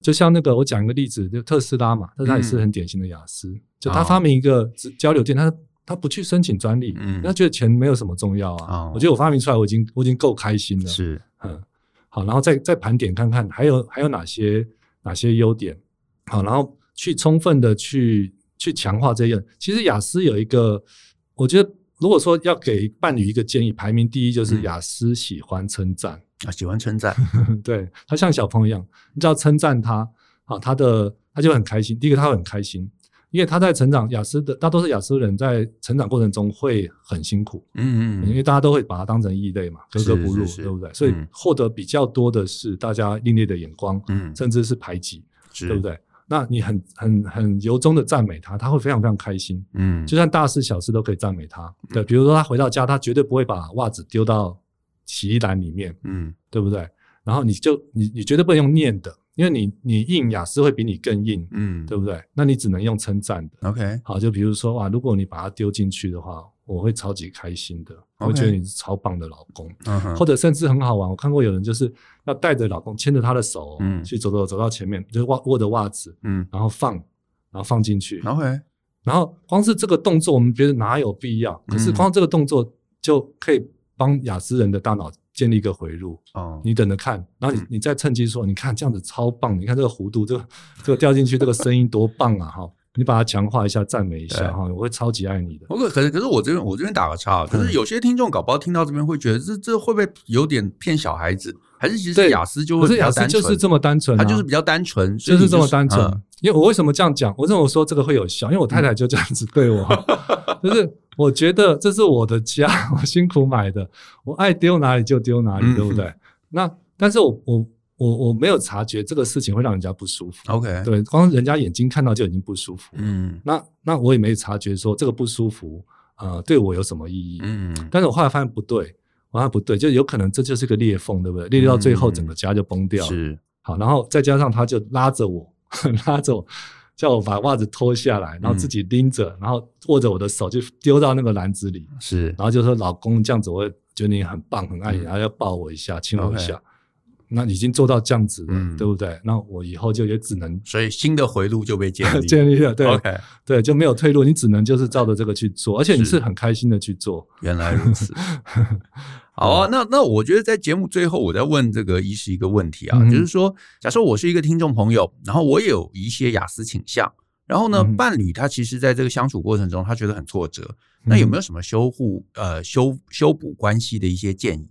就像那个，我讲一个例子，就特斯拉嘛，特斯拉也是嗯很典型的雅思。就哦他发明一个只交流电，他他不去申请专利，嗯他觉得钱没有什么重要啊。哦我觉得我发明出来，我已经我已经够开心了。是嗯，好，然后再再盘点看看还有还有哪些哪些优点，好，然后去充分的去去强化这些。其实雅思有一个，我觉得如果说要给伴侣一个建议，排名第一就是嗯雅思喜欢称赞， 啊，喜欢称赞，对他像小朋友一样，你只要称赞他，啊，他的他就很开心。第一个他会很开心。因为他在成长，雅思的大多数雅思人在成长过程中会很辛苦，嗯 嗯因为大家都会把它当成异类嘛，格格不入，是是是对不对？所以嗯获得比较多的是大家另类的眼光，嗯，甚至是排挤，是对不？对？那你很很很由衷的赞美他，他会非常非常开心，嗯，就算大事小事都可以赞美他。对，比如说他回到家，他绝对不会把袜子丢到洗衣篮里面，嗯对不对？然后你就你你绝对不能用念的，因为你你硬雅思会比你更硬，嗯对不对？那你只能用称赞的。 ，OK，好，就比如说哇，如果你把它丢进去的话，我会超级开心的，我会 OK 觉得你是超棒的老公，嗯哼或者甚至很好玩。我看过有人就是要带着老公牵着他的手，嗯去走走走到前面，就是袜握着袜子，嗯然后放，然后放进去， ，OK，然后光是这个动作，我们觉得哪有必要？可嗯是光这个动作就可以帮雅思人的大脑建立一个回路。哦，你等着看，然后你嗯你再趁机说，你看这样子超棒，你看这个弧度，这个这个掉进去，这个声音多棒啊！哈，你把它强化一下，赞美一对下哈，我会超级爱你的。我可可是可是我这边我这边打个岔，啊可嗯是有些听众搞不好听到这边会觉得这这会不会有点骗小孩子？还是其实对雅思就可会是比较雅思单就是纯，这么单纯、啊，他就是比较单纯，所就以你是这么单纯。嗯因为我为什么这样讲？我认为我说这个会有效，因为我太太就这样子对我，就是我觉得这是我的家，我辛苦买的，我爱丢哪里就丢哪里，嗯对不对？那但是我我我我没有察觉这个事情会让人家不舒服， OK，对，光人家眼睛看到就已经不舒服。嗯那那我也没察觉说这个不舒服，呃，对我有什么意义？嗯，但是我后来发现不对，我发现不对，就有可能这就是个裂缝，对不对？裂到最后，整个家就崩掉了。嗯是好，然后再加上他就拉着我， 拉着我，叫我把袜子脱下来，然后自嗯己拎着，然后握着我的手就丢到那个篮子里，是然后就说：“老公，这样子我会觉得你很棒，很爱你，嗯然后要抱我一下，亲我 OK 一下。那已经做到这样子了，嗯对不对？那我以后就也只能所以新的回路就被建立。 建立了，对 OK，对，就没有退路，你只能就是照着这个去做，而且你是是很开心的去做。原来如 此。好啊，那那我觉得在节目最后，我再问这个医师一个问题啊，嗯哼就是说，假设我是一个听众朋友，然后我也有一些雅思倾向，然后呢，嗯哼伴侣他其实在这个相处过程中，他觉得很挫折，嗯那有没有什么修护呃修修补关系的一些建议？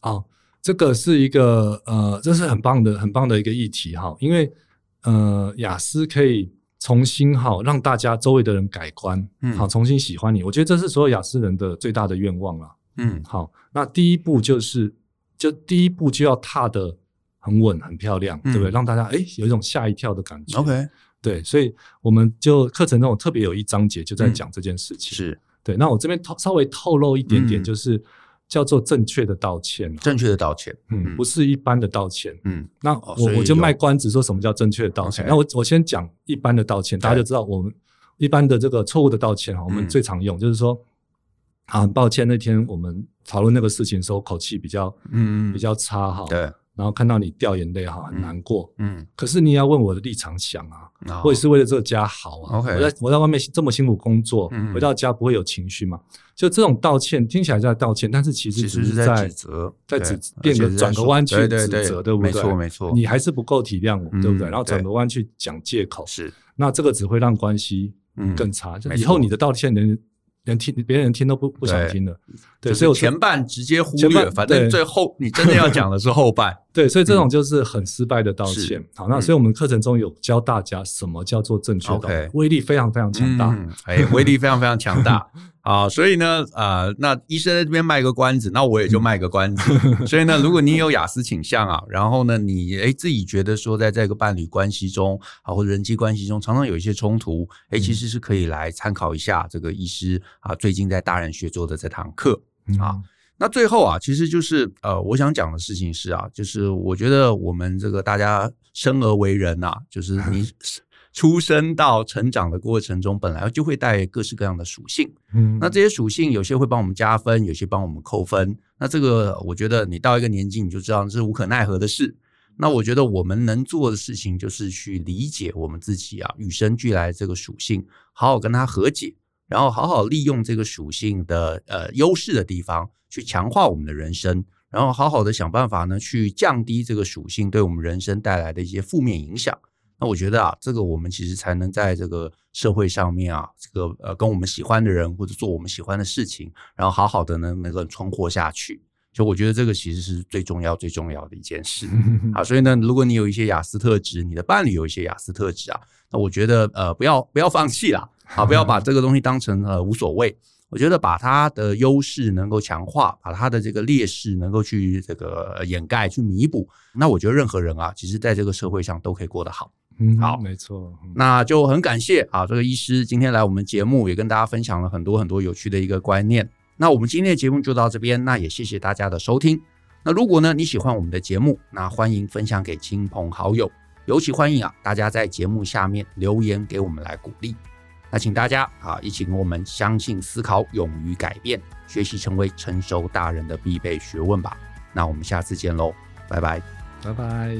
哦，这个是一个呃，这是很棒的、很棒的一个议题哈，因为呃，雅思可以重新哈让大家周围的人改观，嗯好，重新喜欢你，我觉得这是所有雅思人的最大的愿望了。嗯好，那第一步就是，就第一步就要踏的很稳、很漂亮，嗯对不对？让大家诶有一种吓一跳的感觉。 ，OK，对，所以我们就课程中特别有一章节就在嗯讲这件事情。是对，那我这边透稍微透露一点点，嗯就是叫做正确的道歉啊。正确的道歉。嗯嗯，不是一般的道歉。嗯那哦我所以我就有卖关子，说什么叫正确的道歉。 OK 那我我先讲一般的道歉，大家就知道我们一般的这个错误的道歉哈，我们嗯最常用就是说，啊，很抱歉那天我们讨论那个事情的时候口气比较嗯，比较差哈，，对，然后看到你掉眼泪哈，很难过。嗯，可是你也要问我的立场想啊，好我也是为了这个家好啊。 OK 我在我在外面这么辛苦工作嗯，回到家不会有情绪嘛？就这种道歉听起来在道歉，但是其其实只实是是在在指责，在对指而且变是得在转个说弯去对对指对责，对不没对？错没错，你还是不够体谅我，对不对？嗯然后转个弯去讲借口，是那这个只会让关系嗯更差。就没错以后你的道歉人连听别人听都不不想对听了。对，就所是以我说前半直接忽前略，半反正对最后你真的要讲的是 后半。对，所以这种就是很失败的道歉。好，那嗯所以我们课程中有教大家什么叫做正确道歉 OK 威力非常非常强大。嗯，哎、威力非常非常强 大啊！所以呢，呃，那医生在这边卖个关子，那我也就卖个关 子。所以呢，如果你有雅思倾向啊，然后呢，你哎自己觉得说，在这个伴侣关系中啊，或者人际关系中，常常有一些冲突，哎，其实是可以来参考一下这个医师啊最近在大人学做的这堂课。嗯啊那最后啊，其实就是呃，我想讲的事情是啊，就是我觉得我们这个大家生而为人呐、就是你出生到成长的过程中，本来就会带各式各样的属性。嗯那这些属性有些会帮我们加分，有些帮我们扣分。那这个我觉得你到一个年纪你就知道这是无可奈何的事。那我觉得我们能做的事情就是去理解我们自己啊，与生俱来这个属性，好好跟它和解，然后好好利用这个属性的呃优势的地方，去强化我们的人生，然后好好的想办法呢，去降低这个属性对我们人生带来的一些负面影响。那我觉得啊，这个我们其实才能在这个社会上面啊，这个呃跟我们喜欢的人或者做我们喜欢的事情，然后好好的能能够存活下去。所以我觉得这个其实是最重要最重要的一件事。嗯啊，所以呢，如果你有一些雅思特质，你的伴侣有一些雅思特质啊，那我觉得呃，不要不要放弃啦，啊，不要把这个东西当成呃无所谓。我觉得把它的优势能够强化，把它的这个劣势能够去这个呃掩盖、去弥补，那我觉得任何人啊，其实在这个社会上都可以过得好。嗯好没错。嗯那就很感谢啊，这个医师今天来我们节目，也跟大家分享了很多很多有趣的一个观念。那我们今天的节目就到这边，那也谢谢大家的收听。那如果呢你喜欢我们的节目，那欢迎分享给亲朋好友，尤其欢迎啊大家在节目下面留言给我们来鼓励。那请大家啊一起跟我们相信、思考、勇于改变，学习成为成熟大人的必备学问吧。那我们下次见喽，拜拜。拜拜。